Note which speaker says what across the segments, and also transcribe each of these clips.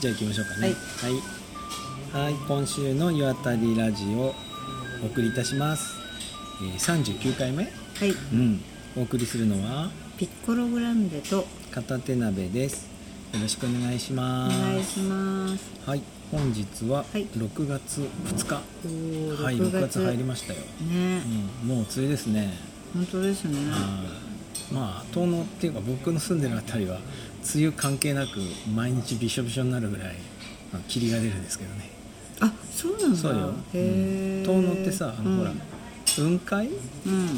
Speaker 1: じゃあ行きましょうかね
Speaker 2: はい
Speaker 1: はい、はい今週の「湯あたりラジオ」お送りいたします、えー、39回目
Speaker 2: はい
Speaker 1: うんお送りするのは
Speaker 2: ピッコログランデと
Speaker 1: 片手鍋ですよろしくお願いし
Speaker 2: お
Speaker 1: ます
Speaker 2: 願いします
Speaker 1: はい本日は
Speaker 2: はい
Speaker 1: 6月2日、
Speaker 2: おー
Speaker 1: はい
Speaker 2: 6
Speaker 1: 6
Speaker 2: 月
Speaker 1: 月入りましたよ、
Speaker 2: ね
Speaker 1: うん、もう梅雨ですね、
Speaker 2: 本当ですね
Speaker 1: はいまあ遠野っていうか僕の住んでるあたりは梅雨関係なく毎日びしょびしょになるぐらいあの霧が出るんですけどね
Speaker 2: あそうなんだ
Speaker 1: そうよ、
Speaker 2: へ
Speaker 1: うん
Speaker 2: え
Speaker 1: 遠野ってさあの、ほら雲海
Speaker 2: うん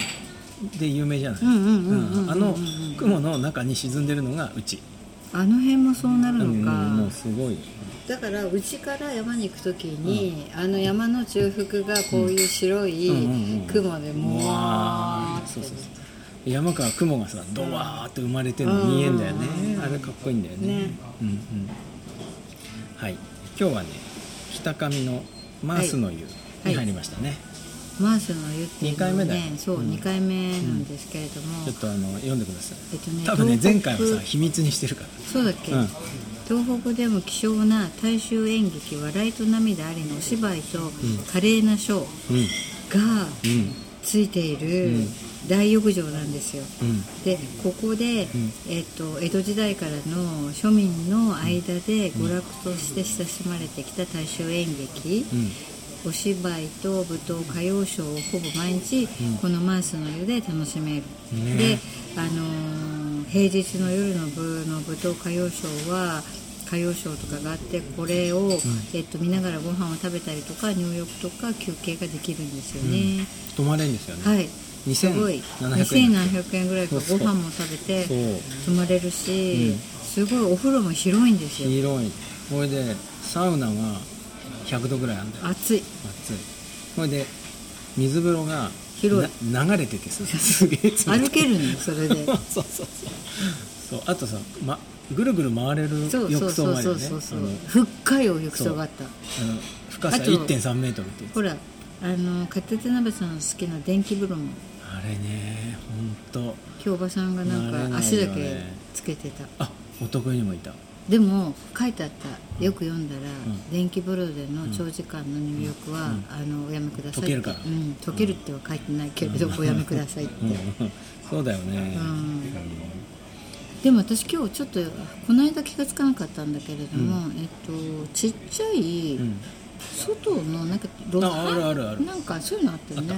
Speaker 1: で有名じゃない、
Speaker 2: うんうんうんうんうんうんうん
Speaker 1: うんあの雲の中に沈んでるのがうち、
Speaker 2: あの辺もそうなる
Speaker 1: うん
Speaker 2: のか、
Speaker 1: もうすごい
Speaker 2: だからうちから山に行く時に、あの山の中腹がこういう白い
Speaker 1: うんうんうん
Speaker 2: 雲でもわーって
Speaker 1: そうそうそう山から雲がさドワーって生まれてるの見えんだよね
Speaker 2: うん
Speaker 1: あれかっこいいんだよね
Speaker 2: ね
Speaker 1: うんうんはい今日はね北上のマースの湯に入りましたね、
Speaker 2: マースの湯っていうの
Speaker 1: 二回
Speaker 2: は
Speaker 1: 目だよ
Speaker 2: そう、
Speaker 1: うん
Speaker 2: 2回目なんですけれども、
Speaker 1: ちょっとあの読んでください
Speaker 2: えっとね
Speaker 1: 多分ね前
Speaker 2: 東北
Speaker 1: 回はさ秘密にしてるから
Speaker 2: そうだっけ、
Speaker 1: うん
Speaker 2: 東北でも希少な大衆演劇笑いと涙ありのお芝居と華麗なショ
Speaker 1: う
Speaker 2: ー
Speaker 1: ん
Speaker 2: が
Speaker 1: うん
Speaker 2: ついている
Speaker 1: うん
Speaker 2: 大浴場なんですよ、
Speaker 1: うん
Speaker 2: でここで、
Speaker 1: ん
Speaker 2: えっと江戸時代からの庶民の間で娯楽として親しまれてきた大衆演劇、
Speaker 1: うん
Speaker 2: お芝居と舞踏歌謡ショーをほぼ毎日
Speaker 1: ん
Speaker 2: このマースの湯で楽しめる、
Speaker 1: ね
Speaker 2: で、あのー平日の夜の部の舞踏歌謡ショーは歌謡ショーとかがあってこれを、えっと、見ながらご飯を食べたりとか入浴とか休憩ができるんですよね、
Speaker 1: 泊まれんですよね、
Speaker 2: はいすごい
Speaker 1: 2700円
Speaker 2: 2700円ぐらいから
Speaker 1: そ
Speaker 2: ご
Speaker 1: うそう
Speaker 2: 飯も食べて
Speaker 1: そう
Speaker 2: 泊まれるし、
Speaker 1: うん
Speaker 2: すごいお風呂も広いんですよ
Speaker 1: 広いこれでサウナが100度ぐらいあるんだよ
Speaker 2: 暑い
Speaker 1: 暑いそれで水風呂が
Speaker 2: 広
Speaker 1: な流れててさすげえ冷たい
Speaker 2: 歩けるのよそ れで
Speaker 1: そうそうそうそうあとさ、ま、ぐるぐる回れる
Speaker 2: そうそ
Speaker 1: 浴槽
Speaker 2: うそ
Speaker 1: も
Speaker 2: う
Speaker 1: ある
Speaker 2: そ
Speaker 1: よ
Speaker 2: う
Speaker 1: ね
Speaker 2: そうそ
Speaker 1: あ
Speaker 2: う
Speaker 1: の
Speaker 2: 深いお浴槽があった
Speaker 1: あの深さ
Speaker 2: あと
Speaker 1: 1 3メートルってやつ
Speaker 2: ほらあの片手鍋さんの好きな電気風呂も
Speaker 1: あれね本
Speaker 2: 京場さんがな
Speaker 1: 慣れ
Speaker 2: ん
Speaker 1: ない
Speaker 2: か
Speaker 1: よ
Speaker 2: 足だけ
Speaker 1: ね
Speaker 2: つけてた、
Speaker 1: 当あお得意にもいた
Speaker 2: でも書いてあったよく読んだら、
Speaker 1: ん
Speaker 2: 電気風呂での長時間の入浴は、あのおやめくださいって
Speaker 1: 溶けるから
Speaker 2: うん、溶けるっては書いてないけれど、おやめくださいって、
Speaker 1: うんうんそうだよね、
Speaker 2: うんでも私今日ちょっとこの間気がつかなかったんだけれども、えっとちっちゃい、
Speaker 1: うん
Speaker 2: 外のなんか露
Speaker 1: ああるあるある
Speaker 2: なんかそういうのあったよね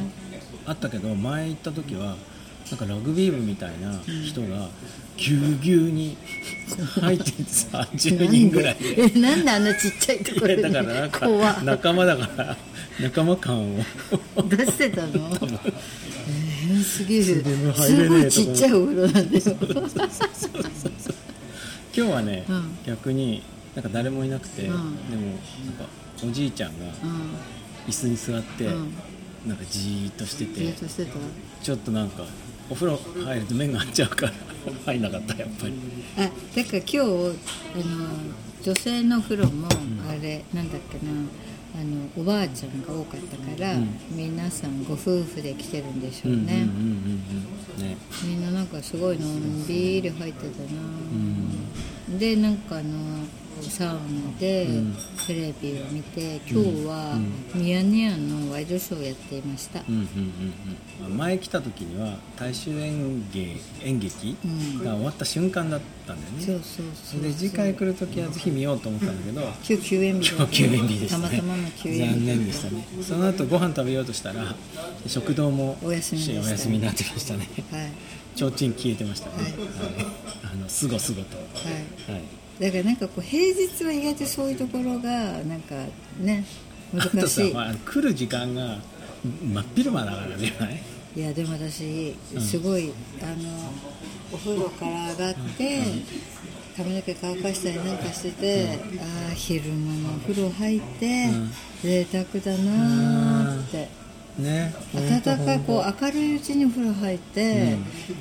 Speaker 1: あったけど前行った時はなんかラグビー部みたいな人がぎゅうぎゅうに入っててさ10人ぐらいで
Speaker 2: えなんであんなちっちゃいところ
Speaker 1: こ
Speaker 2: に
Speaker 1: れだからなんか
Speaker 2: 怖っ
Speaker 1: 仲間だから仲間感を
Speaker 2: 出してたのえーすげえ
Speaker 1: 自分も入
Speaker 2: す
Speaker 1: れ
Speaker 2: ご
Speaker 1: ねえ
Speaker 2: い
Speaker 1: と
Speaker 2: ちっちゃいお風呂なんですよ
Speaker 1: 今日はね、
Speaker 2: うん
Speaker 1: 逆になんか誰もいなくて、
Speaker 2: うん
Speaker 1: でもなんかおじいちゃんが椅子に座って、
Speaker 2: うん
Speaker 1: なんかじーっとして
Speaker 2: じ
Speaker 1: て
Speaker 2: ーっとしてた
Speaker 1: ちょっとなんかお風呂入ると目が合っちゃうから入んなかったやっぱり
Speaker 2: あだから今日あの女性の風呂もあれ、なんだっけなあのおばあちゃんが多かったから、
Speaker 1: うん
Speaker 2: 皆さんご夫婦で来てるんでしょう
Speaker 1: うんうんうん
Speaker 2: ね、
Speaker 1: うんね
Speaker 2: みんななんかすごいのんびり入ってたな、でなんかあのサウナでテレビを見て、今日はミヤネ屋のワイドショーをやっていました、
Speaker 1: うんうんうんうん前来た時には大衆演芸演劇
Speaker 2: うん
Speaker 1: が終わった瞬間だったんだよね、
Speaker 2: そうそうそう
Speaker 1: で次回来る時はぜひ見ようと思ったんだけど、
Speaker 2: 今日休園日だ
Speaker 1: 今日休園日でしたたね
Speaker 2: またまの休園
Speaker 1: 残
Speaker 2: 日
Speaker 1: 念でしたねその後ご飯食べようとしたら食堂も
Speaker 2: お休みでしたね
Speaker 1: お休みになってましたね
Speaker 2: はい
Speaker 1: 提灯消えてましたね、
Speaker 2: はい
Speaker 1: はい、あのすごすごとは
Speaker 2: はい
Speaker 1: い
Speaker 2: だからなんかこう平日は意外とそういうところがなんかね
Speaker 1: あと
Speaker 2: 難
Speaker 1: さ
Speaker 2: しい、
Speaker 1: まあ、来る時間が真っ昼間だからじゃない
Speaker 2: いやでも私すごい、あのお風呂から上がって、髪の毛乾かしたりなんかしてて、ああ昼間のお風呂入って、
Speaker 1: うん
Speaker 2: 贅沢だなーって、
Speaker 1: ね
Speaker 2: 暖かいこう明るいうちにお風呂入って、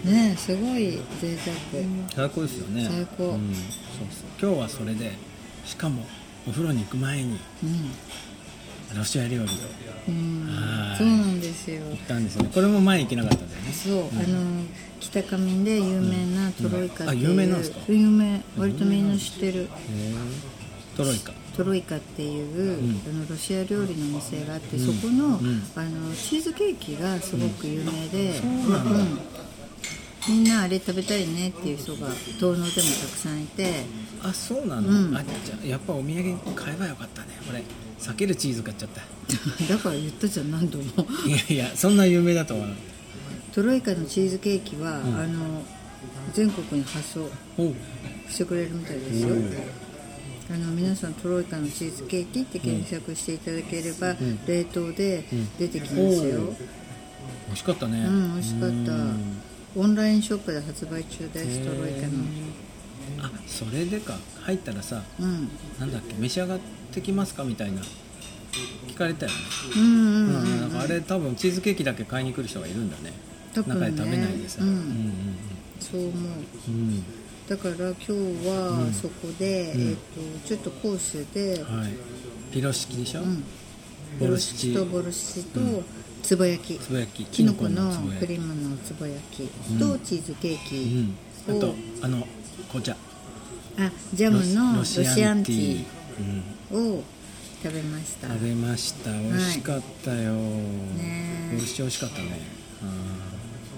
Speaker 2: ねすごい贅沢、
Speaker 1: 最高ですよね
Speaker 2: 最高
Speaker 1: うん、そうそう今日はそれでしかもお風呂に行く前にロシア料理を
Speaker 2: うん、う
Speaker 1: は
Speaker 2: ん、
Speaker 1: い
Speaker 2: そうなんですよ
Speaker 1: 行ったんですよねこれも前行けなかったんだよね
Speaker 2: そう、あの北上で有名なトロイカってい
Speaker 1: うん
Speaker 2: う、
Speaker 1: あ有名なんですか
Speaker 2: 有名割とみんな知ってる、
Speaker 1: へトロイカ
Speaker 2: トロイカっていう、
Speaker 1: うん
Speaker 2: あのロシア料理のお店があって、そこの,、
Speaker 1: うん
Speaker 2: あのチーズケーキがすごく有名で、うん
Speaker 1: そうなんだ
Speaker 2: みんなあれ食べたいねっていう人が東農でもたくさん いて
Speaker 1: あそうなの、
Speaker 2: うん
Speaker 1: あじゃあやっぱお土産買えばよかったね俺避けるチーズ買っちゃった
Speaker 2: だから言ったじゃん何度も
Speaker 1: いやいやそんな有名だとは
Speaker 2: トロイカのチーズケーキは、
Speaker 1: ん
Speaker 2: あの全国に発送
Speaker 1: おう
Speaker 2: してくれるみたいですよ
Speaker 1: おう
Speaker 2: あの皆さんトロイカのチーズケーキって検索していただければ、
Speaker 1: ん
Speaker 2: 冷凍で
Speaker 1: ん
Speaker 2: 出てきますよ、
Speaker 1: おう美味しかったね
Speaker 2: うん、美味しかっ
Speaker 1: う
Speaker 2: た
Speaker 1: ん。
Speaker 2: オンラインショップで発売中です、トロイカの。
Speaker 1: あそれでか入ったらさ
Speaker 2: うん、
Speaker 1: なんだっけ召し上がってきますかみたいな聞かれたよね、
Speaker 2: うんう
Speaker 1: うん
Speaker 2: んうん、
Speaker 1: なんかあれ多分チーズケーキだけ買いに来る人がいるんだね
Speaker 2: 多分ね
Speaker 1: 中で食べないでさ、
Speaker 2: うん
Speaker 1: うん
Speaker 2: そう思う。
Speaker 1: うんうん
Speaker 2: だから今日はそこで、
Speaker 1: うん
Speaker 2: えっとちょっとコースで、
Speaker 1: うんはいピロシキでしょ、
Speaker 2: うん、
Speaker 1: ボ
Speaker 2: ボ
Speaker 1: ロ
Speaker 2: ロ
Speaker 1: シ
Speaker 2: シ
Speaker 1: チ
Speaker 2: チとボロシチと
Speaker 1: うん
Speaker 2: つぼ焼き、
Speaker 1: つぼ焼き
Speaker 2: きのこの
Speaker 1: つぼ
Speaker 2: ク
Speaker 1: 焼き
Speaker 2: リームのつぼ焼き
Speaker 1: う
Speaker 2: と
Speaker 1: ん
Speaker 2: チーズケー
Speaker 1: う
Speaker 2: キ
Speaker 1: んあ
Speaker 2: を、
Speaker 1: とあの紅茶
Speaker 2: あジャムのロ
Speaker 1: ロ
Speaker 2: シアンティー
Speaker 1: うん
Speaker 2: を食べました。
Speaker 1: 食べました美味しかったよ、
Speaker 2: ね
Speaker 1: 美味しい美味しかったね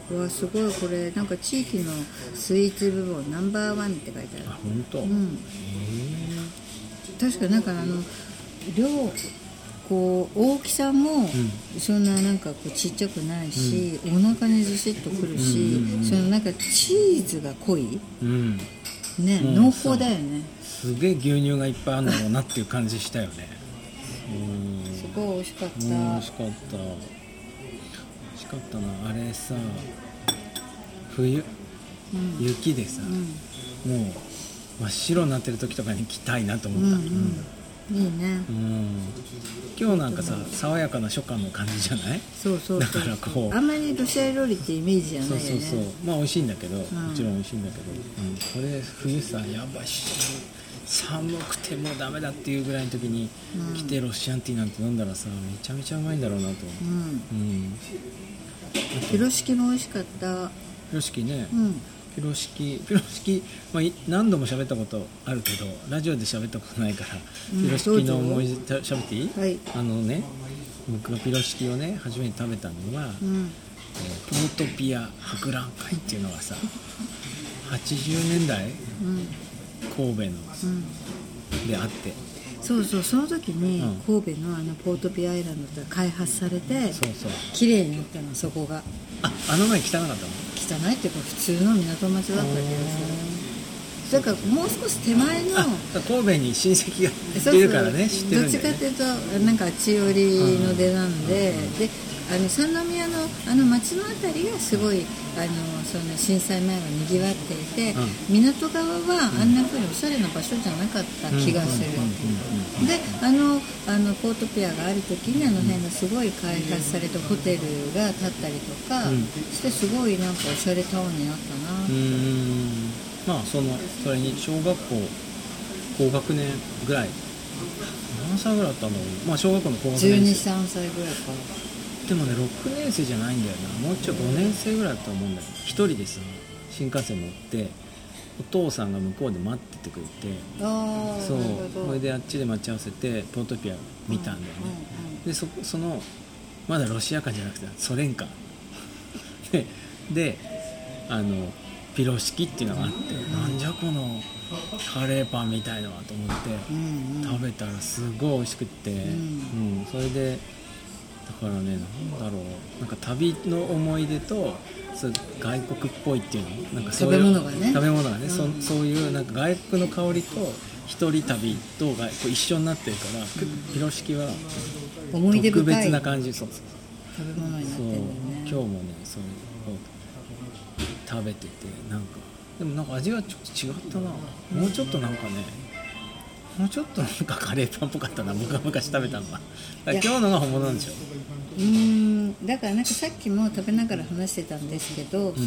Speaker 2: うわすごいこれなんか地域のスイーツ部門ナンバーワンって書いて
Speaker 1: うんあ
Speaker 2: ある
Speaker 1: 本当、
Speaker 2: うん確かなんかあの量こう大きさも
Speaker 1: ん
Speaker 2: そんななんかこうちっちゃくないし、お腹にずしっとくるし、
Speaker 1: うんうんうん
Speaker 2: そのなんかチーズが濃い
Speaker 1: うん、
Speaker 2: ね、
Speaker 1: うん
Speaker 2: 濃厚だよね
Speaker 1: すげえ牛乳がいっぱいあるんだろうなっていう感じしたよねうん
Speaker 2: すごい美味しかった、
Speaker 1: うん美味しかった美味しかったなあれさ冬
Speaker 2: うん
Speaker 1: 雪でさ、もう真っ白になってる時とかに来たいなと思
Speaker 2: うん
Speaker 1: っ
Speaker 2: う
Speaker 1: た、
Speaker 2: んうんいいね
Speaker 1: うん今日なんかさ爽やかな初夏の感じじゃない
Speaker 2: そうそうそう
Speaker 1: だからこう
Speaker 2: あんまりロシア料理ってイメージじゃない
Speaker 1: そ
Speaker 2: よ
Speaker 1: う
Speaker 2: ね
Speaker 1: そうそうまあ美味しいんだけど、
Speaker 2: ん
Speaker 1: もちろん美味しいんだけど、うん、これ冬さやばいし寒くてもうダメだっていうぐらいの時に
Speaker 2: うん
Speaker 1: 来てロシアンティーなんて飲んだらさめちゃめちゃうまいんだろうなと思う
Speaker 2: うん
Speaker 1: うん
Speaker 2: ピロシキも美味しかった
Speaker 1: ピロシキね、
Speaker 2: うん
Speaker 1: ピロシキピロシキ、まあ、い何度も喋ったことあるけどラジオで喋ったことないから、
Speaker 2: うん
Speaker 1: ピロシキの思い出た喋っていい、
Speaker 2: はい
Speaker 1: あのね僕がピロシキをね初めて食べたのは、
Speaker 2: うん
Speaker 1: えーポートピア博覧会っていうのがさ80年代
Speaker 2: うん
Speaker 1: 神戸の
Speaker 2: うん
Speaker 1: であって
Speaker 2: そうそうその時に
Speaker 1: う
Speaker 2: 神戸のあのポートピアアイランドが開発されて
Speaker 1: そうそう
Speaker 2: 綺麗になったのそこが
Speaker 1: ああの前汚かったの
Speaker 2: 汚いっていうか普通の港町だったけどさだからもう少し手前の
Speaker 1: あ神戸に親戚が
Speaker 2: そう
Speaker 1: い
Speaker 2: そう
Speaker 1: るからね知ってる
Speaker 2: どっ
Speaker 1: ん
Speaker 2: ち
Speaker 1: だ
Speaker 2: か
Speaker 1: よ
Speaker 2: って
Speaker 1: ね
Speaker 2: いうとなんかあっち寄りの出なんで、であの三宮のあの町の辺りがすごいあのその震災前はにぎわっていて、
Speaker 1: うん
Speaker 2: 港側はあんなふうにおしゃれな場所じゃなかった気がする。であのあのポートピアがある時にあの辺がすごい開発されてホテルが建ったりとか
Speaker 1: うん
Speaker 2: してすごいなんかおしゃれタウンになったな、
Speaker 1: うーんまあそのそれに小学校高学年ぐらい何歳ぐらいだったんだろうまあ小学校の高学年
Speaker 2: 12
Speaker 1: 生
Speaker 2: 3歳ぐらいか
Speaker 1: でもね6年生じゃないんだよなもうちょい5年生ぐらいだと思うんだよ一人でさ新幹線乗ってお父さんが向こうで待っててくれて
Speaker 2: ああ
Speaker 1: そう
Speaker 2: なるほど
Speaker 1: それであっちで待ち合わせてポートピア見たんだよね、でそそのまだロシアかじゃなくてソ連かでであのピロシキっていうのがあって、なんじゃこのカレーパンみたいのはと思って、
Speaker 2: うんうんうんうん
Speaker 1: 食べたらすごい美味しくって、うんそれでだからねなんだろうなんか旅の思い出とそう外国っぽいっていうのなんかそういう
Speaker 2: 食べ物がね
Speaker 1: 食べ物がね、そ
Speaker 2: うん
Speaker 1: そういうなんか外国の香りと一人旅とがこう一緒になってるから、ピロシキは
Speaker 2: 思い出
Speaker 1: 特
Speaker 2: 深い
Speaker 1: 別な
Speaker 2: 食
Speaker 1: 感じそうそう
Speaker 2: べ物になっ
Speaker 1: そ
Speaker 2: て
Speaker 1: う、
Speaker 2: んだよね
Speaker 1: 今日もねそれを食べててなんかでもなんか味がちょっと違ったな、もうちょっとなんかねもうちょっとなんかカレーパンっぽかったな昔々食べたのはだから今日のが本物なんでしょ
Speaker 2: うーんだからなんかさっきも食べながら話してたんですけど、その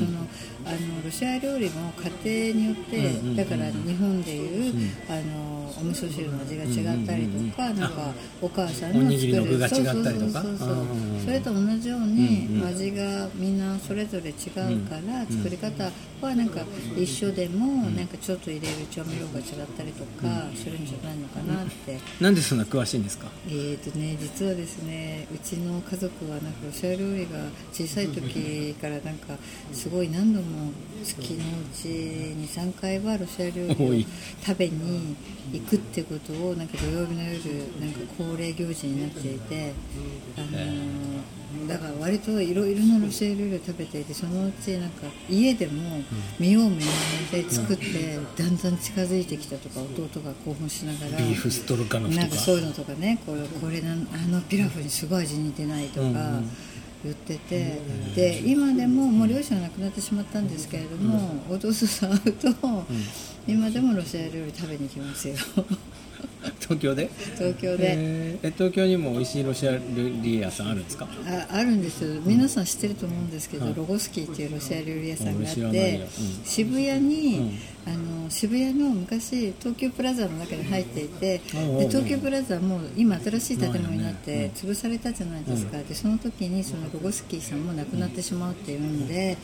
Speaker 2: あのロシア料理も家庭によって、
Speaker 1: うんうんうん
Speaker 2: だから日本でいう、
Speaker 1: うん
Speaker 2: あのお味噌汁の味が違ったりとか、
Speaker 1: うんうんうん
Speaker 2: なん
Speaker 1: あ
Speaker 2: かお母さんの
Speaker 1: おにぎりの具が
Speaker 2: 作る
Speaker 1: 違ったりとか
Speaker 2: そうそうそうそう
Speaker 1: うんうん
Speaker 2: それと同じように、
Speaker 1: うんうん
Speaker 2: 味がみんなそれぞれ違うから、
Speaker 1: うん
Speaker 2: 作り方はなんか一緒でも、なんかちょっと入れる調味料が違ったりとかするんじゃないのかなって。
Speaker 1: なんでそんな詳しいんですか
Speaker 2: えーとね、実はですねうちの家族はなんかロシア料理が小さい時からなんかすごい何度も月のうち23回はロシア料理
Speaker 1: 多
Speaker 2: を
Speaker 1: い
Speaker 2: 食べに行くってことをなんか土曜日の夜なんか恒例行事になっていて、あのーだから割といろいろなロシア料理を食べていてそのうちなんか家でも見よう見まねで作ってだんだん近づいてきたとか弟が興奮しながら。
Speaker 1: ビーフストロガノフと
Speaker 2: な
Speaker 1: か
Speaker 2: んかそういうのとかねこれこれなんあのピラフにすごい味似てないと
Speaker 1: うんう
Speaker 2: か
Speaker 1: ん
Speaker 2: 言ってて、で今でももう両親は亡くなってしまったんですけれども、お父さん会うと、今でもロシア料理食べに行きます よ
Speaker 1: 東京で
Speaker 2: 東京で。
Speaker 1: えーえ東京にも美味しいロシア料理屋さんあるんですか
Speaker 2: ああるんですよ皆さん知ってると思うんですけど、
Speaker 1: はい
Speaker 2: ロゴスキーっていうロシア料理屋さんがあっ
Speaker 1: 俺知らない
Speaker 2: て
Speaker 1: よ、うん
Speaker 2: 渋谷に、あの渋谷の昔東急プラザの中に入っていて、
Speaker 1: うんうんうん
Speaker 2: で東急プラザも今新しい建物になっ
Speaker 1: ないよ
Speaker 2: て
Speaker 1: ね
Speaker 2: 潰されたじゃないですか、でその時にそのロゴスキーさんも亡くなってしまうっていうんで、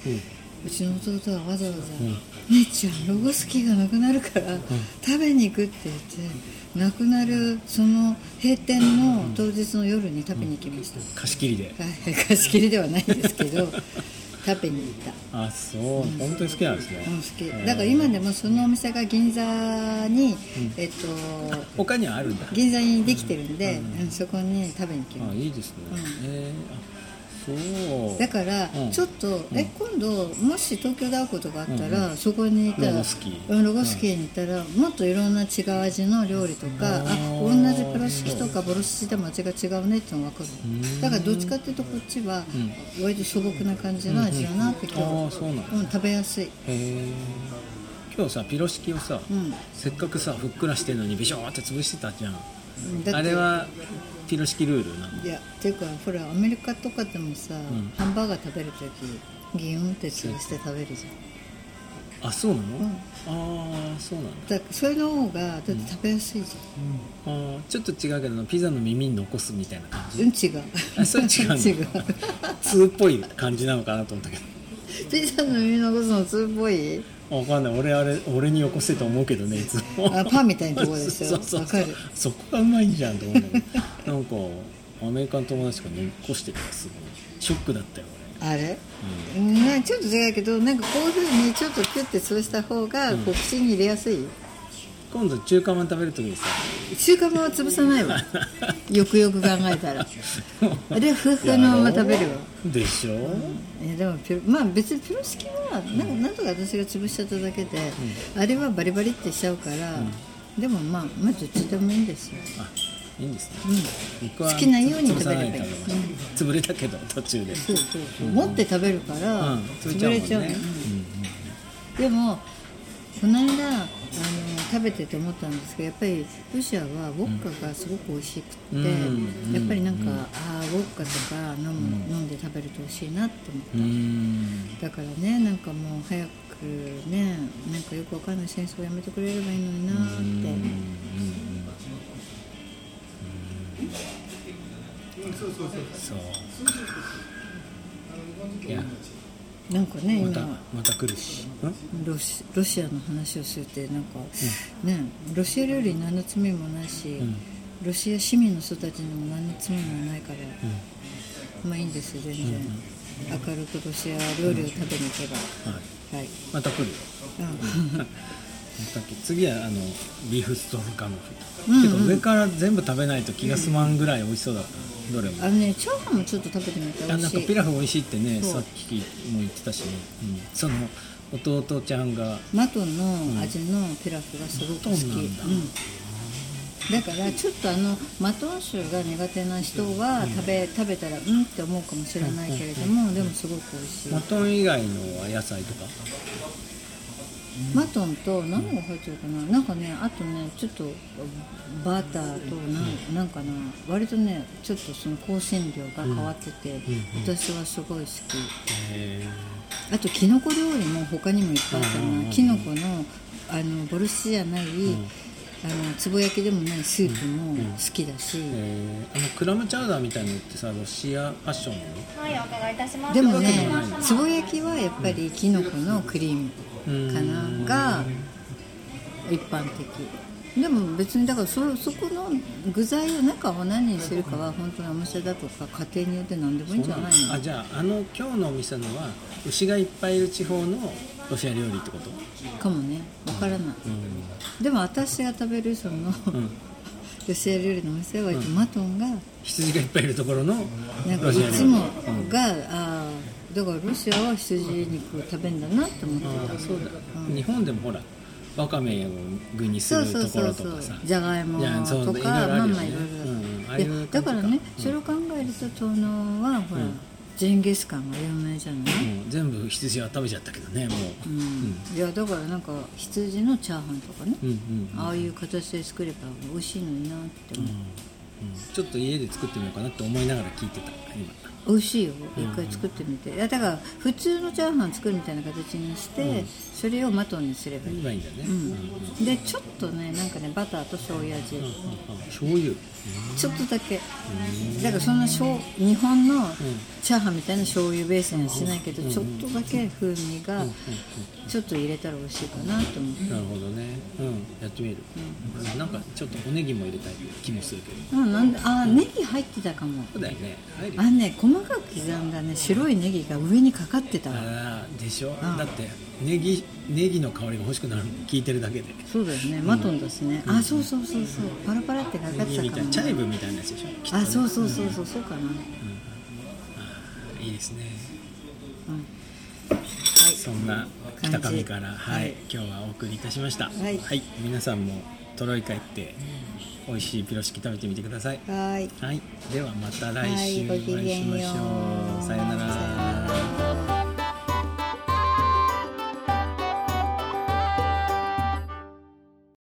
Speaker 2: うちの弟はわざわざ「姉ちゃんロゴスキーがなくなるから、食べに行く」って言って。亡くなるその閉店の当日の夜に食べに行きました、
Speaker 1: 貸し切りで
Speaker 2: はい貸し切りではないんですけど食べに行った、
Speaker 1: あそう本当に好きなんですね
Speaker 2: うん、好きだから今でもそのお店が銀座に、えっと
Speaker 1: 他にはあるんだ
Speaker 2: 銀座にできてるんで、うんそこに食べに行き
Speaker 1: あ
Speaker 2: ます
Speaker 1: いいですね、えーあそう
Speaker 2: だから
Speaker 1: うん
Speaker 2: ちょっと、え今度もし東京で会うことがあったら、そこにいたら
Speaker 1: ロゴスキー
Speaker 2: うんロゴスキーにいたら、もっといろんな違う味の料理とか、
Speaker 1: うん
Speaker 2: あ同じプロシキとかボロシキでも味が違うねっていうのが分かる、だからどっちかっていうとこっちは、割と素朴な感じの味だなって今日、
Speaker 1: うんあーそうなんだ
Speaker 2: うん食べやすい、
Speaker 1: へえ今日さピロシキをさ、
Speaker 2: うん
Speaker 1: せっかくさふっくらしてるのにビショーって潰してたじゃん
Speaker 2: うんだって
Speaker 1: あれはピロシキルールなの
Speaker 2: いやっていうかほらアメリカとかでもさ、ハンバーガー食べるときギュンって潰して食べるじゃん
Speaker 1: あそうなの、
Speaker 2: うん
Speaker 1: ああそうなんだ
Speaker 2: だからそれの方がだって食べやすいじゃん、
Speaker 1: あーちょっと違うけどピザの耳に残すみたいな感じ
Speaker 2: うん、違う
Speaker 1: あそれ違うの
Speaker 2: 違う
Speaker 1: 通っぽい感じなのかなと思ったけ
Speaker 2: ピザの耳のことの通っぽい
Speaker 1: ど分かんない俺あれ俺によこせと思うけどねいつも
Speaker 2: あパンみたいなとこで し
Speaker 1: そうそ
Speaker 2: ょ
Speaker 1: う
Speaker 2: わ
Speaker 1: そ
Speaker 2: か
Speaker 1: う
Speaker 2: る
Speaker 1: そこがうまいじゃんと思うんだけどなんかアメリカの友達が残してたすごいショックだったよ
Speaker 2: あれ、ねちょっと違うけどなんかこういうふうにちょっとキュッて潰した方がこう口に入れやすい、
Speaker 1: 俺今度中華まん食べるときにさ
Speaker 2: 中華まんは潰さな いわよくよく考えたらあれはふわふわのまま食べるわ
Speaker 1: でしょ、
Speaker 2: いやでもピロまあ別にピロシキはなんかなんとか私が潰しちゃっただけで、あれはバリバリってしちゃうから、でもまあまあどっちでもいいんですよ、
Speaker 1: あいいんですね、
Speaker 2: うん
Speaker 1: 僕は
Speaker 2: 好きなように
Speaker 1: 潰さない
Speaker 2: 食べればいい
Speaker 1: 食べました潰れたけど途中で
Speaker 2: そうそうそう持って食べるから、
Speaker 1: うん
Speaker 2: 潰れちゃう,、
Speaker 1: 潰れちゃうもんね
Speaker 2: うんでもこの間あの食べてて思ったんですけどやっぱりロシアはウォッカがすごく美味しくって、
Speaker 1: うん
Speaker 2: やっぱりなんか、ああウォッカとか飲む、飲んで食べると美味しいなって思って
Speaker 1: うーん
Speaker 2: だからねなんかもう早くねなんかよくわかんない戦争やめてくれればいいのになーって
Speaker 1: そういや
Speaker 2: なんかね
Speaker 1: また
Speaker 2: 今
Speaker 1: また来るしん
Speaker 2: ロシロシアの話をするってなんか、ねロシア料理に何の罪もないし、ロシア市民の人たちにも何の罪もないから、まあいいんですよ全然、明るくロシア料理を食べに行けば、
Speaker 1: はい
Speaker 2: はい、
Speaker 1: また来るよ
Speaker 2: うん、
Speaker 1: さっき次はあのビーフストロガノフとか、てか上から全部食べないと気が済まんぐらい美味しそうだったどれも
Speaker 2: あのねチャーハンもちょっと食べてみた
Speaker 1: あ
Speaker 2: ら美
Speaker 1: なん
Speaker 2: 味
Speaker 1: か
Speaker 2: し
Speaker 1: ピ
Speaker 2: い
Speaker 1: ラフ美味しいってね
Speaker 2: そ
Speaker 1: さ
Speaker 2: う
Speaker 1: っきも言ってたしね、うん、その弟ちゃんが
Speaker 2: マトンの味のピラフがすごく好き、
Speaker 1: マトンなんだ
Speaker 2: うんだからちょっとあのマトン臭が苦手な人は食べ,、食べたらうんって思うかもしれないけれども、でもすごく美味しい
Speaker 1: マトン以外のは野菜とか
Speaker 2: マトンと何が入ってるかな、なんかねあとねちょっとバターとなんなんかな割とねちょっとその香辛料が変わってて、私はすごい好き
Speaker 1: え
Speaker 2: あときのこ料理も他にもいっぱいあった
Speaker 1: うんうんうん
Speaker 2: なきのこのあのボルシチじゃない、あのつぼ焼きでもないスープも好きだし、
Speaker 1: ーえーあのクラムチャウダーみたいのってさロシア発祥なの
Speaker 3: はい、お伺いいたします。
Speaker 2: でもね
Speaker 1: そういうわけじゃない
Speaker 2: つぼ焼きはやっぱりきのこのクリーム
Speaker 1: うん
Speaker 2: かなが一般的でも別にだからそそこの具材を中を何にするかは本当にお店だとか家庭によって何でもいいんじゃないの
Speaker 1: あじゃああの今日のお店のは牛がいっぱいいる地方のロシア料理ってこと
Speaker 2: かもねわからない
Speaker 1: うん、
Speaker 2: でも私が食べるその
Speaker 1: うん、
Speaker 2: ロシア料理のお店は割とマトンが
Speaker 1: 羊がいっぱいいるところの
Speaker 2: なんか
Speaker 1: ロ
Speaker 2: い
Speaker 1: シア料理
Speaker 2: つもがあーだからロシアは羊肉を食べんだなと思って
Speaker 1: あ
Speaker 2: た
Speaker 1: あそうだ、
Speaker 2: うん
Speaker 1: 日本でもほらわかめを具にす
Speaker 2: そう
Speaker 1: る
Speaker 2: そう
Speaker 1: とこ
Speaker 2: そう
Speaker 1: ろと
Speaker 2: そう
Speaker 1: かさ
Speaker 2: じゃがいも
Speaker 1: いやそう
Speaker 2: と
Speaker 1: いろいろ
Speaker 2: か
Speaker 1: ある
Speaker 2: ま
Speaker 1: よ
Speaker 2: あ
Speaker 1: ね
Speaker 2: まあいろいろ、
Speaker 1: うんああ
Speaker 2: い
Speaker 1: い
Speaker 2: や
Speaker 1: う感じ
Speaker 2: だからね、
Speaker 1: うん
Speaker 2: それを考えると東南はほら、ジンギスカンが有名じゃない、
Speaker 1: もう全部羊は食べちゃったけどねもう、
Speaker 2: う
Speaker 1: うんん、
Speaker 2: いやだからなんか羊のチャーハンとかね、
Speaker 1: うんうんうん
Speaker 2: ああいう形で作れば美味しいのになって思う、
Speaker 1: ちょっと家で作ってみようかなって思いながら聞いてた今
Speaker 2: 美味しいよ一回作ってみて、いやだから普通のチャーハン作るみたいな形にして、それをマトンにすればいい、
Speaker 1: 今いいんだね、
Speaker 2: う
Speaker 1: うん
Speaker 2: ん、でちょっとねなんかねバターと醤油味、
Speaker 1: あ醤油
Speaker 2: ちょっとだけだからそんなしょう日本のチャーハンみたいな醤油ベースにはしないけどちょっとだけ風味がちょっと入れたら美味しいかなと思って
Speaker 1: なるほどねうんやってみる、なんかちょっとおネギも入れたい気もするけど
Speaker 2: あなんであネギ入ってたかも
Speaker 1: そうだよね入るよ
Speaker 2: あね細かく刻んだね白いネギが上にかかってたわ
Speaker 1: あーでしょ
Speaker 2: あ
Speaker 1: だってネギネギの香りが欲しくなるの聞いてるだけで
Speaker 2: そうだよねマトンだしねあそうそうそうそうパラパラってか
Speaker 1: ネ
Speaker 2: かって
Speaker 1: ギみ
Speaker 2: た
Speaker 1: た
Speaker 2: か
Speaker 1: い
Speaker 2: も
Speaker 1: なチャイブみたいなやつでしょきっとね
Speaker 2: あそうそうそうそうそうかなはい
Speaker 1: いいですね、
Speaker 2: うん
Speaker 1: そんな
Speaker 2: 感じ
Speaker 1: 北上から、はい
Speaker 2: はい
Speaker 1: 今日はお送りいたしました、
Speaker 2: はい
Speaker 1: 皆さんもトロイカ行って美味しいピロシキ食べてみてください、
Speaker 2: はーい
Speaker 1: はい、ではまた来
Speaker 2: はい
Speaker 1: 週お
Speaker 2: ごき
Speaker 1: 会
Speaker 2: げ
Speaker 1: いし
Speaker 2: ん
Speaker 1: ま
Speaker 2: よ
Speaker 1: し
Speaker 2: う
Speaker 1: ょう、さよなら